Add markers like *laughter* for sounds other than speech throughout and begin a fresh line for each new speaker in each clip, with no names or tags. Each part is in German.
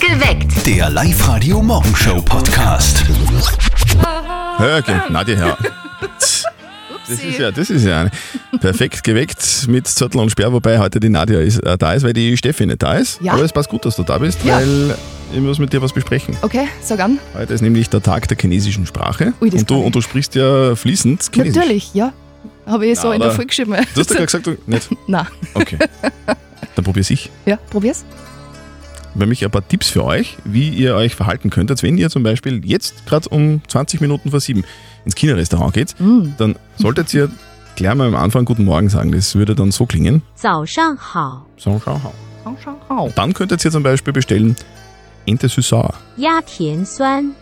Geweckt.
Der Live-Radio Morgenshow Podcast.
Ja, okay, na die
*laughs*
Herr. Das ist ja, das ist ja eine. perfekt geweckt mit Zettel und Sperr, wobei heute die Nadja ist, äh, da ist, weil die Steffi nicht da ist.
Ja.
Aber es passt gut, dass du da bist,
Ja.
weil ich muss mit dir was besprechen.
Okay, sag an.
Heute ist nämlich der Tag der chinesischen Sprache
Ui, das
und, du,
kann ich.
und du sprichst ja fließend Chinesisch.
Natürlich, ja. Habe ich eh so
Na,
in der
aber-
Früh geschrieben.
Du hast ja
*laughs*
gerade gesagt, du, nicht.
Nein. *laughs*
Okay. Dann probier's ich.
Ja, probier's.
Bei mich ein paar Tipps für euch, wie ihr euch verhalten könntet, wenn ihr zum Beispiel jetzt gerade um 20 Minuten vor sieben ins China-Restaurant geht, dann solltet ihr gleich mal am Anfang Guten Morgen sagen. Das würde dann so klingen.
早上好，
So, schau, schau. Dann könntet ihr zum Beispiel bestellen Ente Süßsauer.
鸭甜酸，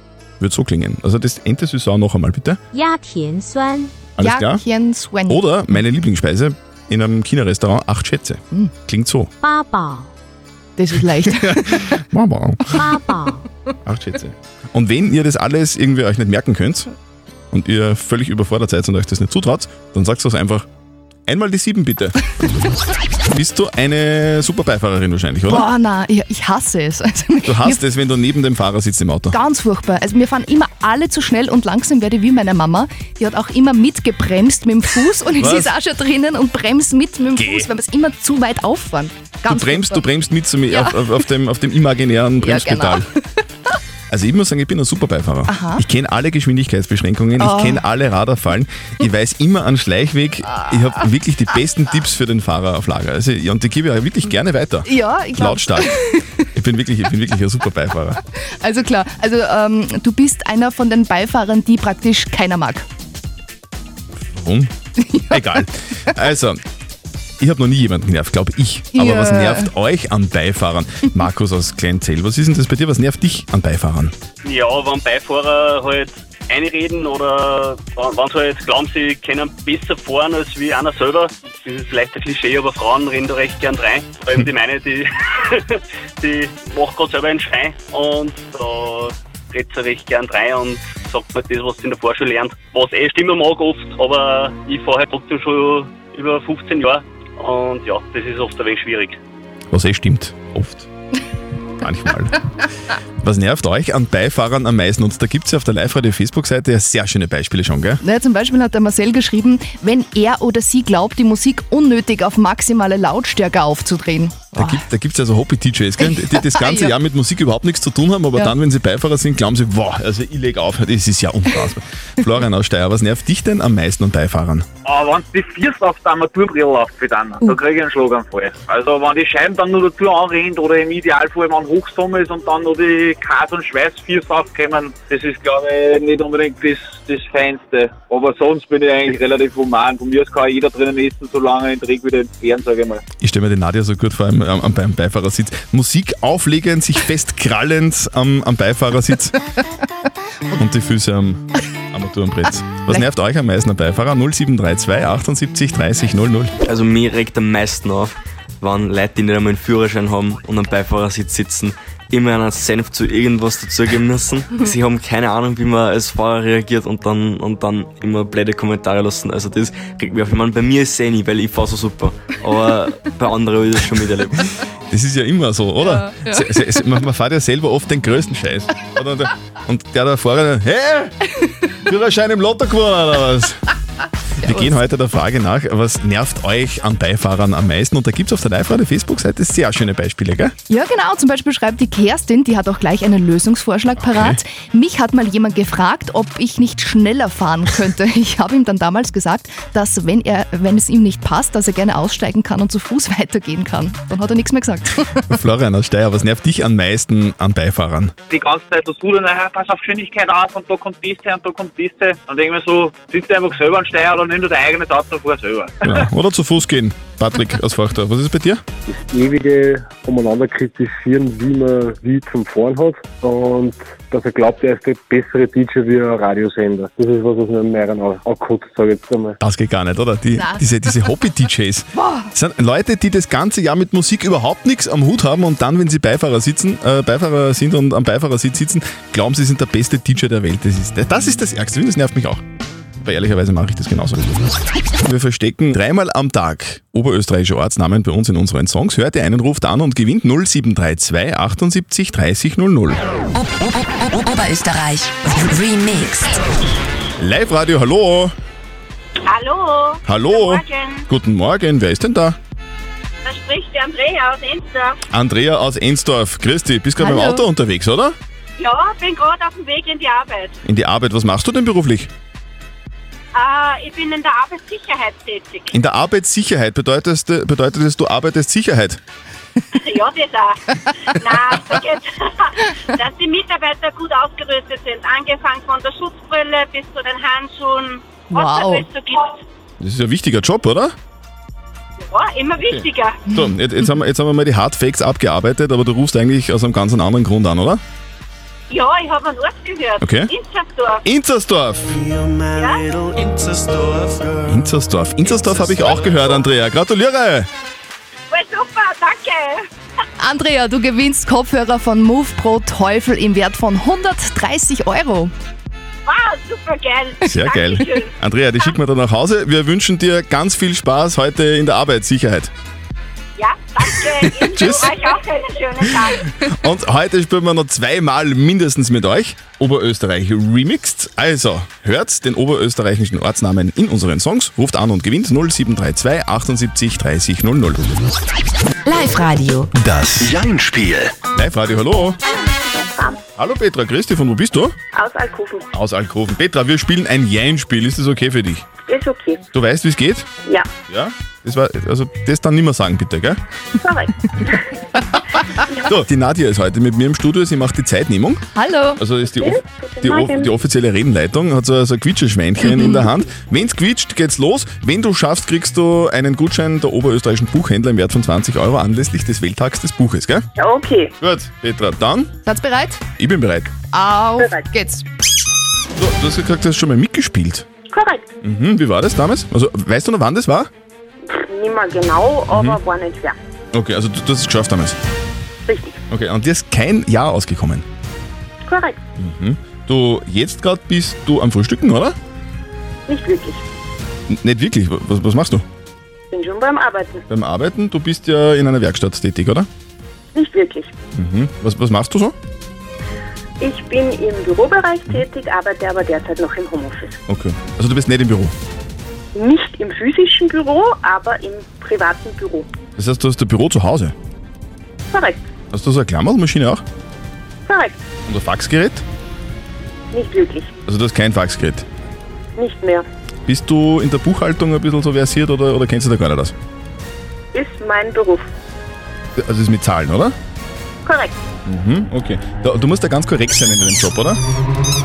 Wird so klingen. Also das Ente Süßsauer noch einmal bitte.
鸭甜酸，
Alles klar? Oh.
Jakien Swen.
Oder meine Lieblingsspeise in einem China-Restaurant, acht Schätze. Klingt so.
八宝，
Das
*laughs*
ist leicht.
Mama.
八 *laughs* 宝，
Acht Schätze. Und wenn ihr das alles irgendwie euch nicht merken könnt und ihr völlig überfordert seid und euch das nicht zutraut, dann sagt es einfach einmal die sieben
*laughs*
bitte. Bist du eine super Beifahrerin wahrscheinlich, oder?
Boah, nein, ich, ich hasse es. Also,
Du hast es, wenn du neben dem Fahrer sitzt im Auto.
Ganz furchtbar. Also wir fahren immer alle zu schnell und langsam werde ich wie meine Mama. Die hat auch immer mitgebremst mit dem Fuß und ich
Was?
sitze auch schon drinnen und bremst mit mit dem
Geh.
Fuß, weil wir es immer zu weit auffahren.
Du
Ganz
bremst, du
furchtbar. genau.
bremst mit zu mir auf, auf, auf, dem, auf dem imaginären Bremspedal.
*laughs*
Also ich muss sagen, ich bin ein super Beifahrer. Ich kenne alle Geschwindigkeitsbeschränkungen,
Oh.
ich kenne alle Radarfallen, ich weiß immer an Schleichweg, ich
Ah.
habe wirklich die besten Tipps für den Fahrer auf Lager. Also, ja, und die gebe ich auch wirklich gerne weiter.
Ja, ich glaube.
Lautstark. *laughs* Ich bin wirklich, ich bin wirklich ein super Beifahrer.
Also klar, also ähm, du bist einer von den Beifahrern, die praktisch keiner mag.
Warum? Egal. Also, ich habe noch nie jemanden genervt, glaube ich. Aber
Ja.
was nervt euch an Beifahrern? Markus aus Kleinzell, was ist denn das bei dir? Was nervt dich an Beifahrern?
Ja, wenn Beifahrer halt einreden oder wenn wenn sie halt glauben, sie können besser fahren als wie einer selber. Das ist vielleicht ein Klischee, aber Frauen reden da recht gern rein. Vor allem die meine, die, *laughs* die macht gerade selber einen Schein und da redet sie recht gern rein und sagt mir das, was sie in der Vorschule lernt. Was eh stimmen mag oft, aber ich fahre halt trotzdem schon über 15 Jahre und ja, das ist oft ein wenig schwierig.
Was eh stimmt. Oft. Manchmal. Was nervt euch an Beifahrern am meisten? Und da gibt es ja auf der Live-Radio-Facebook-Seite ja sehr schöne Beispiele schon, gell?
Naja, zum Beispiel hat der Marcel geschrieben, wenn er oder sie glaubt, die Musik unnötig auf maximale Lautstärke aufzudrehen.
Da gibt es ja so Hobby-DJs,
*laughs*
gell? die die das ganze
Ja.
Jahr mit Musik überhaupt nichts zu tun haben, aber
Ja.
dann, wenn sie Beifahrer sind, glauben sie, wow, also ich leg auf, das ist ja
*laughs*
unfassbar. Florian aus Steyr, was nervt dich denn am meisten an Beifahrern?
Aber Äh, wenn die Viers auf der Armaturbrille aufgeht, dann, da kriege ich einen Schlaganfall. Also wenn die Scheiben dann nur dazu anrennt oder im Idealfall, wenn Hochsommer ist und dann noch die Kas- und Schweißviers aufkommen, das ist, glaube ich, nicht unbedingt das, das Feinste. Aber sonst bin ich eigentlich relativ human. Von mir aus kann jeder drinnen essen, solange ich den Trick wieder entfernt, sage ich mal.
Ich stelle mir den Nadja so gut vor, am, am, am beim Beifahrersitz. Musik auflegend, sich festkrallend am, am
*laughs*
Beifahrersitz und die Füße am Armaturenbrett. Was nervt euch am meisten am Beifahrer? 0732 78 30 00.
Also mir regt am meisten auf, wenn Leute, die nicht einmal einen Führerschein haben und am Beifahrersitz sitzen, immer einen Senf zu irgendwas dazugeben müssen. Sie haben keine Ahnung, wie man als Fahrer reagiert und dann, und dann immer blöde Kommentare lassen. Also das regt mich auf. Ich meine, bei mir ist es eh nie, weil ich fahre so super. Aber bei anderen habe ich das schon miterlebt.
Das ist ja immer so, oder? Se- se- se- Man, man fährt ja selber oft den größten Scheiß. Oder? Und der- Und der da vorne, hä? Führerschein im Lotto gewonnen oder was? Wir gehen heute der Frage nach, was nervt euch an Beifahrern am meisten? Und da gibt es auf der Live-Radio-Facebook-Seite sehr schöne Beispiele, gell?
Ja, genau. Zum Beispiel schreibt die Kerstin, die hat auch gleich einen Lösungsvorschlag parat. Mich hat mal jemand gefragt, ob ich nicht schneller fahren könnte. *laughs* Ich habe ihm dann damals gesagt, dass wenn, er, wenn es ihm nicht passt, dass er gerne aussteigen kann und zu Fuß *laughs* weitergehen kann. Dann hat er nichts mehr gesagt. *laughs*
Florian aus Steyr, was nervt dich am meisten an Beifahrern?
die ganze Zeit das Rudern, nachher "Ah, pass auf Geschwindigkeit auf und da kommt diese und da kommt diese. Dann denke ich mir so, sitzt einfach selber an den Steuer oder nimm dir dein eigenes Auto und fahr selber.
Genau. Oder zu Fuß gehen. Patrick aus Fachter, was ist bei dir?
ewige umeinander kritisieren, wie man wie zum Fahren hat und dass er glaubt, er ist der bessere DJ wie ein Radiosender. Das ist was, was mir am mehreren auch, auch kurz sage ich jetzt einmal.
Das geht gar nicht, oder? Die,
Nein.
diese diese Hobby-DJs. Das sind Leute, die das ganze Jahr mit Musik überhaupt nichts am Hut haben und dann, wenn sie Beifahrer, sitzen, äh, Beifahrer sind und am Beifahrersitz sitzen, glauben, sie sind der beste DJ der Welt. Das ist das, ist das Ärgste. Das nervt mich auch. Aber ehrlicherweise mache ich das genauso. Wir verstecken dreimal am Tag oberösterreichische Ortsnamen bei uns in unseren Songs. Hört ihr einen, ruft an und gewinnt 0732 78 30 00.
O o o Oberösterreich. Remixed.
Live-Radio, hallo!
Hallo,
Hallo!
Guten Morgen.
Guten Morgen, wer ist denn da?
da spricht der Andrea aus Insta.
Andrea aus Ensdorf. Christi, bist gerade mit dem
Hallo.
Auto unterwegs, oder?
Ja, bin gerade auf dem Weg in die Arbeit.
In die Arbeit, was machst du denn beruflich?
Äh, ich bin in der Arbeitssicherheit tätig.
In der Arbeitssicherheit bedeutet, bedeutet es, du arbeitest Sicherheit.
Ja, das auch. Nein, da geht's. *laughs* dass die Mitarbeiter gut ausgerüstet sind. Angefangen von der Schutzbrille bis zu den Handschuhen. Was
Wow.
es alles so gibt.
Das ist ein wichtiger Job, oder?
Ja, immer wichtiger.
So, jetzt, jetzt, haben wir, jetzt haben wir mal die Hardfacts abgearbeitet, aber du rufst eigentlich aus einem ganz anderen Grund an, oder?
Ja, ich habe einen Ort gehört.
Okay.
Inzersdorf.
Inzersdorf! Inzersdorf. Inzersdorf habe ich auch gehört, Andrea. Gratuliere!
Voll super, danke.
Andrea, du gewinnst Kopfhörer von Move Pro Teufel im Wert von 130 Euro.
Wow, super geil.
Sehr geil.
Dankeschön.
Andrea, die schicken wir dann nach Hause. Wir wünschen dir ganz viel Spaß heute in der Arbeitssicherheit.
Ja,
*laughs*
danke. Ich
Tschüss.
wünsche euch auch einen schönen Tag.
Und heute spielen wir noch zweimal mindestens mit euch Oberösterreich Remixed. Also, hört den oberösterreichischen Ortsnamen in unseren Songs, ruft an und gewinnt 0732 78 30 00.
Live-Radio.
Das Jein-Spiel.
Live Radio, hallo. Hallo Petra, grüß dich, von wo bist du?
Aus Alkoven.
Aus Alkoven. Petra, wir spielen ein Jein-Spiel, ist das okay für dich?
Ist okay.
Du weißt, wie es geht?
Ja,
Ja? Das war, also das dann nimmer sagen, bitte, gell?
korrekt.
*laughs* So, die Nadia ist heute mit mir im Studio, sie macht die Zeitnehmung.
Hallo.
Also ist die, off
guten
die, off
Morgen.
die offizielle Redenleitung, hat so, ein- so ein Quietscheschweinchen in der Hand. Wenn's quietscht, geht's los. Wenn du schaffst, kriegst du einen Gutschein der oberösterreichischen Buchhändler im Wert von 20 Euro anlässlich des Welttags des Buches, gell?
Ja, okay.
Gut, Petra, dann,
Seid bereit?
ich bin bereit.
Auf geht's.
So, du hast gesagt, du hast schon mal mitgespielt.
Korrekt.
Mhm, wie war das damals? Also, weißt du noch, wann das war?
Nicht mehr genau, aber
Mhm.
war nicht schwer.
Okay, also du, du hast es geschafft damals.
Richtig.
Okay, und dir ist kein Jahr ausgekommen.
Korrekt.
Du, jetzt gerade bist du am Frühstücken, oder?
Nicht wirklich.
N nicht wirklich. Wa- Was, was machst du?
Bin schon beim Arbeiten.
Beim Arbeiten, du bist ja in einer Werkstatt tätig, oder?
Nicht wirklich.
Mhm. Was, was machst du so?
Ich bin im Bürobereich
Mhm.
tätig, arbeite aber derzeit noch im Homeoffice.
Okay. Also du bist nicht im Büro.
Nicht im physischen Büro, aber im privaten Büro.
Das heißt, du hast ein Büro zu Hause.
Korrekt.
Hast du so eine Klammermaschine auch?
Korrekt.
Und ein Faxgerät?
Nicht wirklich.
Also du hast kein Faxgerät.
Nicht mehr.
Bist du in der Buchhaltung ein bisschen so versiert oder, oder kennst du da gar nicht aus?
Ist mein Beruf.
Also das ist mit Zahlen, oder?
Korrekt.
Mhm, okay. Da, du musst da ganz korrekt sein in deinem Job, oder?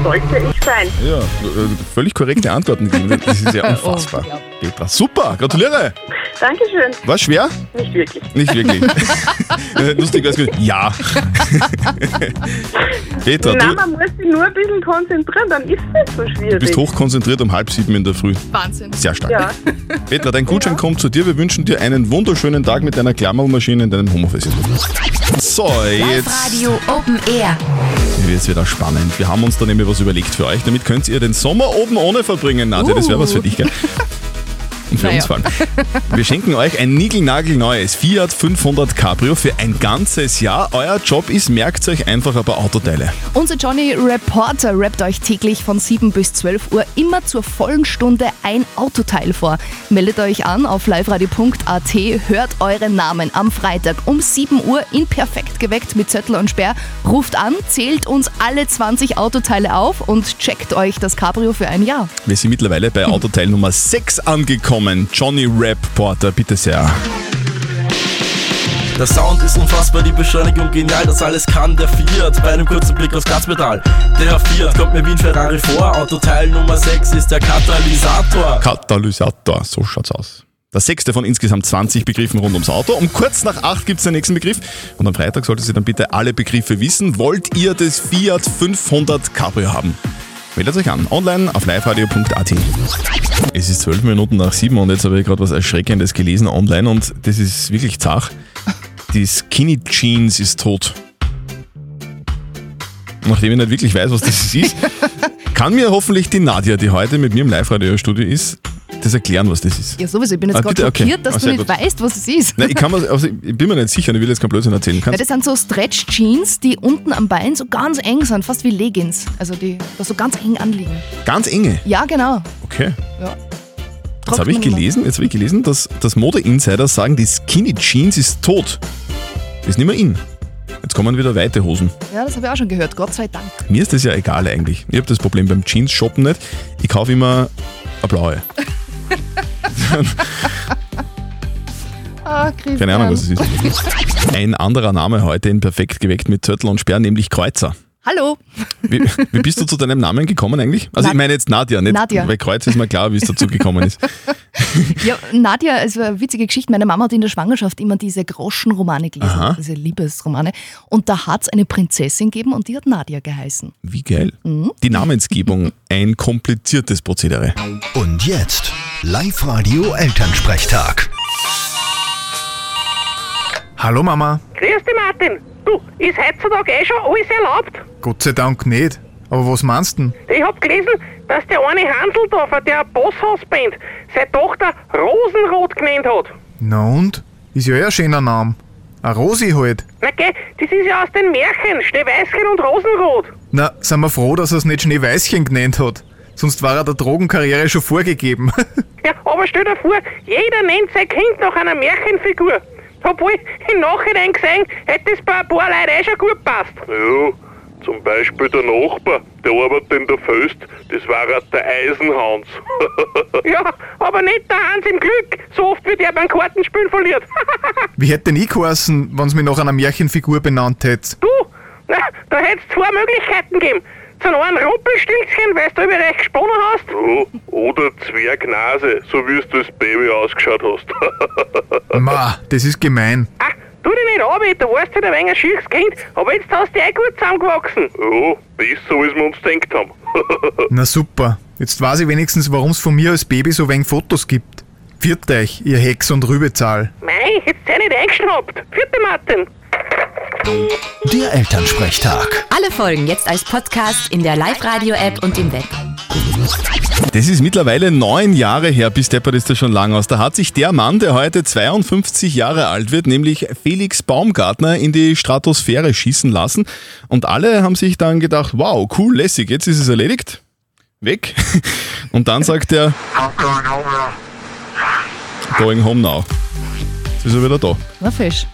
Sollte ich sein.
Ja, äh, völlig korrekte Antworten geben. Das ist *laughs* ja unfassbar. Petra, super, gratuliere.
Dankeschön.
War schwer?
Nicht wirklich.
Nicht wirklich. Äh, Lustig wär's gewesen. Ja. Petra,
Na,
du
man muss sich nur ein bisschen konzentrieren, dann ist es so schwierig.
bist hochkonzentriert um halb sieben in der Früh.
Wahnsinn.
Sehr stark. *laughs*
Ja.
Petra, dein Gutschein kommt zu dir. Wir wünschen dir einen wunderschönen Tag mit deiner Klammermaschine in deinem Homeoffice. So, jetzt
Live-Radio Open Air.
wird's wieder spannend. Wir haben uns da nämlich was überlegt für euch. Damit könnt ihr den Sommer oben ohne verbringen. Nadja, das wäre was für dich, gell? Und für
Naja.
uns vor allem. Wir schenken euch ein niegelnagelneues Fiat 500 Cabrio für ein ganzes Jahr. Euer Job ist, merkt euch einfach ein paar Autoteile.
Unser Johnny Reporter rappt euch täglich von 7 bis 12 Uhr immer zur vollen Stunde ein Autoteil vor. Meldet euch an auf liveradio.at, hört euren Namen am Freitag um 7 Uhr in Perfekt geweckt mit Zettel und Sperr, ruft an, zählt uns alle 20 Autoteile auf und checkt euch das Cabrio für ein Jahr.
Wir sind mittlerweile bei Autoteil Nummer 6 angekommen. Johnny Rap Porter, bitte sehr.
Der Sound ist unfassbar, die Beschleunigung genial, das alles kann der Fiat. Bei einem kurzen Blick aufs Gaspedal. Der Fiat kommt mir wie ein Ferrari vor. Autoteil Nummer 6 ist der Katalysator.
Katalysator, so schaut's aus. Das sechste von insgesamt 20 Begriffen rund ums Auto. Um kurz nach acht gibt's den nächsten Begriff. Und am Freitag solltet ihr dann bitte alle Begriffe wissen. Wollt ihr das Fiat 500 Cabrio haben? Meldet euch an, online auf liveradio.at. Es ist zwölf Minuten nach sieben und jetzt habe ich gerade was Erschreckendes gelesen online und das ist wirklich zach. Die Skinny Jeans ist tot. Nachdem ich nicht wirklich weiß, was das ist, Kann mir hoffentlich die Nadja, die heute mit mir im Live-Radio-Studio ist, das erklären, was das ist?
Ja, sowieso. Ich bin jetzt
Ah,
gerade
bitte, okay.
schockiert, dass
Ah,
du
sehr
nicht
gut.
weißt, was es ist.
Nein, ich, kann mir- also ich bin mir nicht sicher und ich will jetzt kein Blödsinn erzählen.
Ja,
Kannst,
das sind so Stretch-Jeans, die unten am Bein so ganz eng sind, fast wie Leggings. Also die da so ganz eng anliegen.
ganz enge.
Ja, genau.
Okay.
Ja.
Jetzt habe ich gelesen, jetzt habe ich gelesen, dass, dass Mode-Insider sagen, die Skinny Jeans ist tot. Ist nicht mehr in. Jetzt kommen wieder weite Hosen.
Ja, das habe ich auch schon gehört. Gott sei Dank.
Mir ist das ja egal eigentlich. Ich habe das Problem beim Jeans-Shoppen nicht. Ich kaufe immer eine blaue.
Ah, Christian.
Keine Ahnung, was es ist. Ein anderer Name heute in Perfekt geweckt mit Zörtel und Sperr, nämlich Kreuzer.
Hallo.
Wie, wie bist du zu deinem Namen gekommen eigentlich? Also ich
Na-
meine jetzt Nadja, nicht?
Nadja.
Weil Kreuz ist mir klar, wie es dazu gekommen ist.
Ja, Nadja, es war eine witzige Geschichte. Meine Mama hat in der Schwangerschaft immer diese Groschenromane gelesen,
Aha.
diese Liebesromane. Und da hat es eine Prinzessin gegeben und die hat Nadja geheißen.
Wie geil. Die Namensgebung, ein kompliziertes Prozedere.
Und jetzt Live-Radio Elternsprechtag.
Hallo Mama,
Grüß dich, Martin. Du, ist heutzutage eh schon alles erlaubt.
Gott sei Dank nicht. Aber was meinst denn?
Ich hab gelesen, dass der eine Hanseldorfer, der Bosshausband, seine Tochter Rosenrot genannt hat.
Na und? Ist ja eh ein schöner Name. A Rosi halt.
Na geh, das ist ja aus den Märchen, Schneeweißchen und Rosenrot.
Na, sind wir froh, dass er es nicht Schneeweißchen genannt hat. Sonst war er der Drogenkarriere schon vorgegeben. *laughs*
Ja, aber stell dir vor, jeder nennt sein Kind nach einer Märchenfigur. Obwohl, im Nachhinein gesehen, hätte es bei ein paar Leuten eh schon gut passt.
Ja, zum Beispiel der Nachbar, der arbeitet in der Föst, das war halt der Eisenhans.
Ja, aber nicht der Hans im Glück, so oft wird er beim Kartenspielen verliert. *laughs*
Wie hätte denn ich geheißen, wenn sie mich nach einer Märchenfigur benannt hätte?
Du, na, da hätte es zwei Möglichkeiten gegeben. Zum einen Rumpelstilzchen, weil du über dich gesponnen hast.
ja, oder Zwergnase, so wie es das Baby ausgeschaut hast.
Ma, das ist gemein.
Tu dich nicht ab, du warst halt ein wenig ein schieres Kind, aber jetzt hast du dich eh gut zusammengewachsen.
ja, besser als wir uns gedacht haben.
Na super. Jetzt weiß ich wenigstens, warum es von mir als Baby so wenig Fotos gibt. Viert euch, ihr Hex und Rübezahl.
Mei, jetzt sei nicht eingeschnappt. Vierte Martin.
Der Elternsprechtag.
Alle Folgen jetzt als Podcast in der Live-Radio-App und im Web.
Das ist mittlerweile neun Jahre her, bis Deppert ist das schon lang aus. Da hat sich der Mann, der heute 52 Jahre alt wird, nämlich Felix Baumgartner, in die Stratosphäre schießen lassen. Und alle haben sich dann gedacht, wow, cool, lässig, jetzt ist es erledigt. Weg. *laughs* Und dann sagt er, going home now. Jetzt ist er wieder da.
Na Fisch.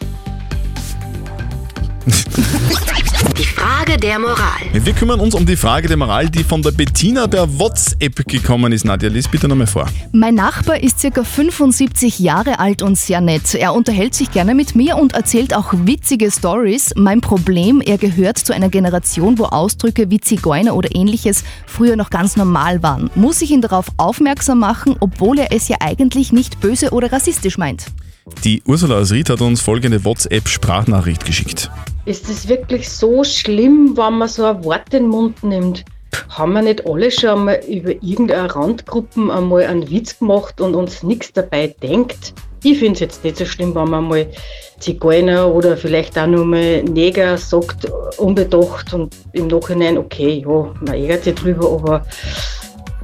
Die Frage der Moral.
Wir kümmern uns um die Frage der Moral, die von der Bettina per WhatsApp gekommen ist. Nadja, lies bitte nochmal vor.
Mein Nachbar ist circa 75 Jahre alt und sehr nett. Er unterhält sich gerne mit mir und erzählt auch witzige Stories. Mein Problem, er gehört zu einer Generation, wo Ausdrücke wie Zigeuner oder ähnliches früher noch ganz normal waren. Muss ich ihn darauf aufmerksam machen, obwohl er es ja eigentlich nicht böse oder rassistisch meint?
Die Ursula aus Ried hat uns folgende WhatsApp-Sprachnachricht geschickt.
Ist es wirklich so schlimm, wenn man so ein Wort in den Mund nimmt? Haben wir nicht alle schon einmal über irgendeine Randgruppen einmal einen Witz gemacht und uns nichts dabei denkt? Ich finde es jetzt nicht so schlimm, wenn man mal Zigeuner oder vielleicht auch nur mal Neger sagt, unbedacht und im Nachhinein, okay, ja, man ärgert sich drüber, aber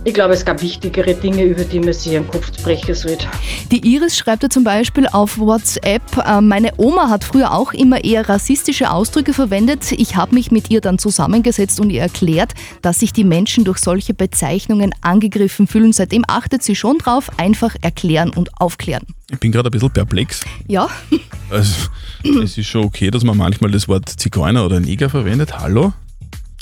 ich glaube, es gab wichtigere Dinge, über die man sich den Kopf brechen sollte.
Die Iris schreibt ja zum Beispiel auf WhatsApp, äh, meine Oma hat früher auch immer eher rassistische Ausdrücke verwendet. Ich habe mich mit ihr dann zusammengesetzt und ihr erklärt, dass sich die Menschen durch solche Bezeichnungen angegriffen fühlen. Seitdem achtet sie schon drauf, einfach erklären und aufklären.
Ich bin gerade ein bisschen perplex.
Ja,
Also, es ist schon okay, dass man manchmal das Wort Zigeuner oder Neger verwendet. Hallo?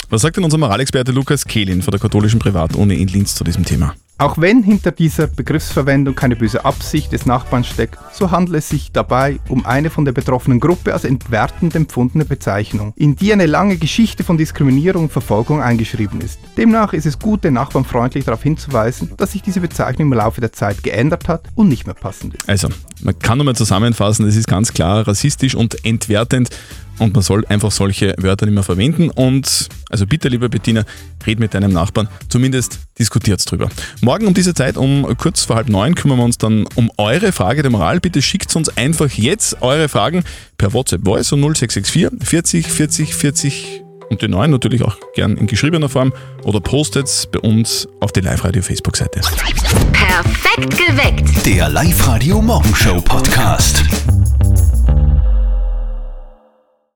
Was sagt denn unser Moralexperte Lukas Kehlin von der katholischen Privatuni in Linz zu diesem Thema?
Auch wenn hinter dieser Begriffsverwendung keine böse Absicht des Nachbarn steckt, so handelt es sich dabei um eine von der betroffenen Gruppe als entwertend empfundene Bezeichnung, in die eine lange Geschichte von Diskriminierung und Verfolgung eingeschrieben ist. Demnach ist es gut, den Nachbarn freundlich darauf hinzuweisen, dass sich diese Bezeichnung im Laufe der Zeit geändert hat und nicht mehr passend ist.
Also, man kann nochmal zusammenfassen, es ist ganz klar rassistisch und entwertend und man soll einfach solche Wörter nicht mehr verwenden. Und also bitte, lieber Bettina, red mit deinem Nachbarn, zumindest diskutiert drüber. Morgen um diese Zeit, um kurz vor halb neun, kümmern wir uns dann um eure Frage der Moral. Bitte schickt uns einfach jetzt eure Fragen per WhatsApp Voice und 0664 40 40 40 und die neuen natürlich auch gern in geschriebener Form oder postet's bei uns auf die Live-Radio-Facebook-Seite.
Perfekt geweckt.
Der Live-Radio Morgenshow Podcast.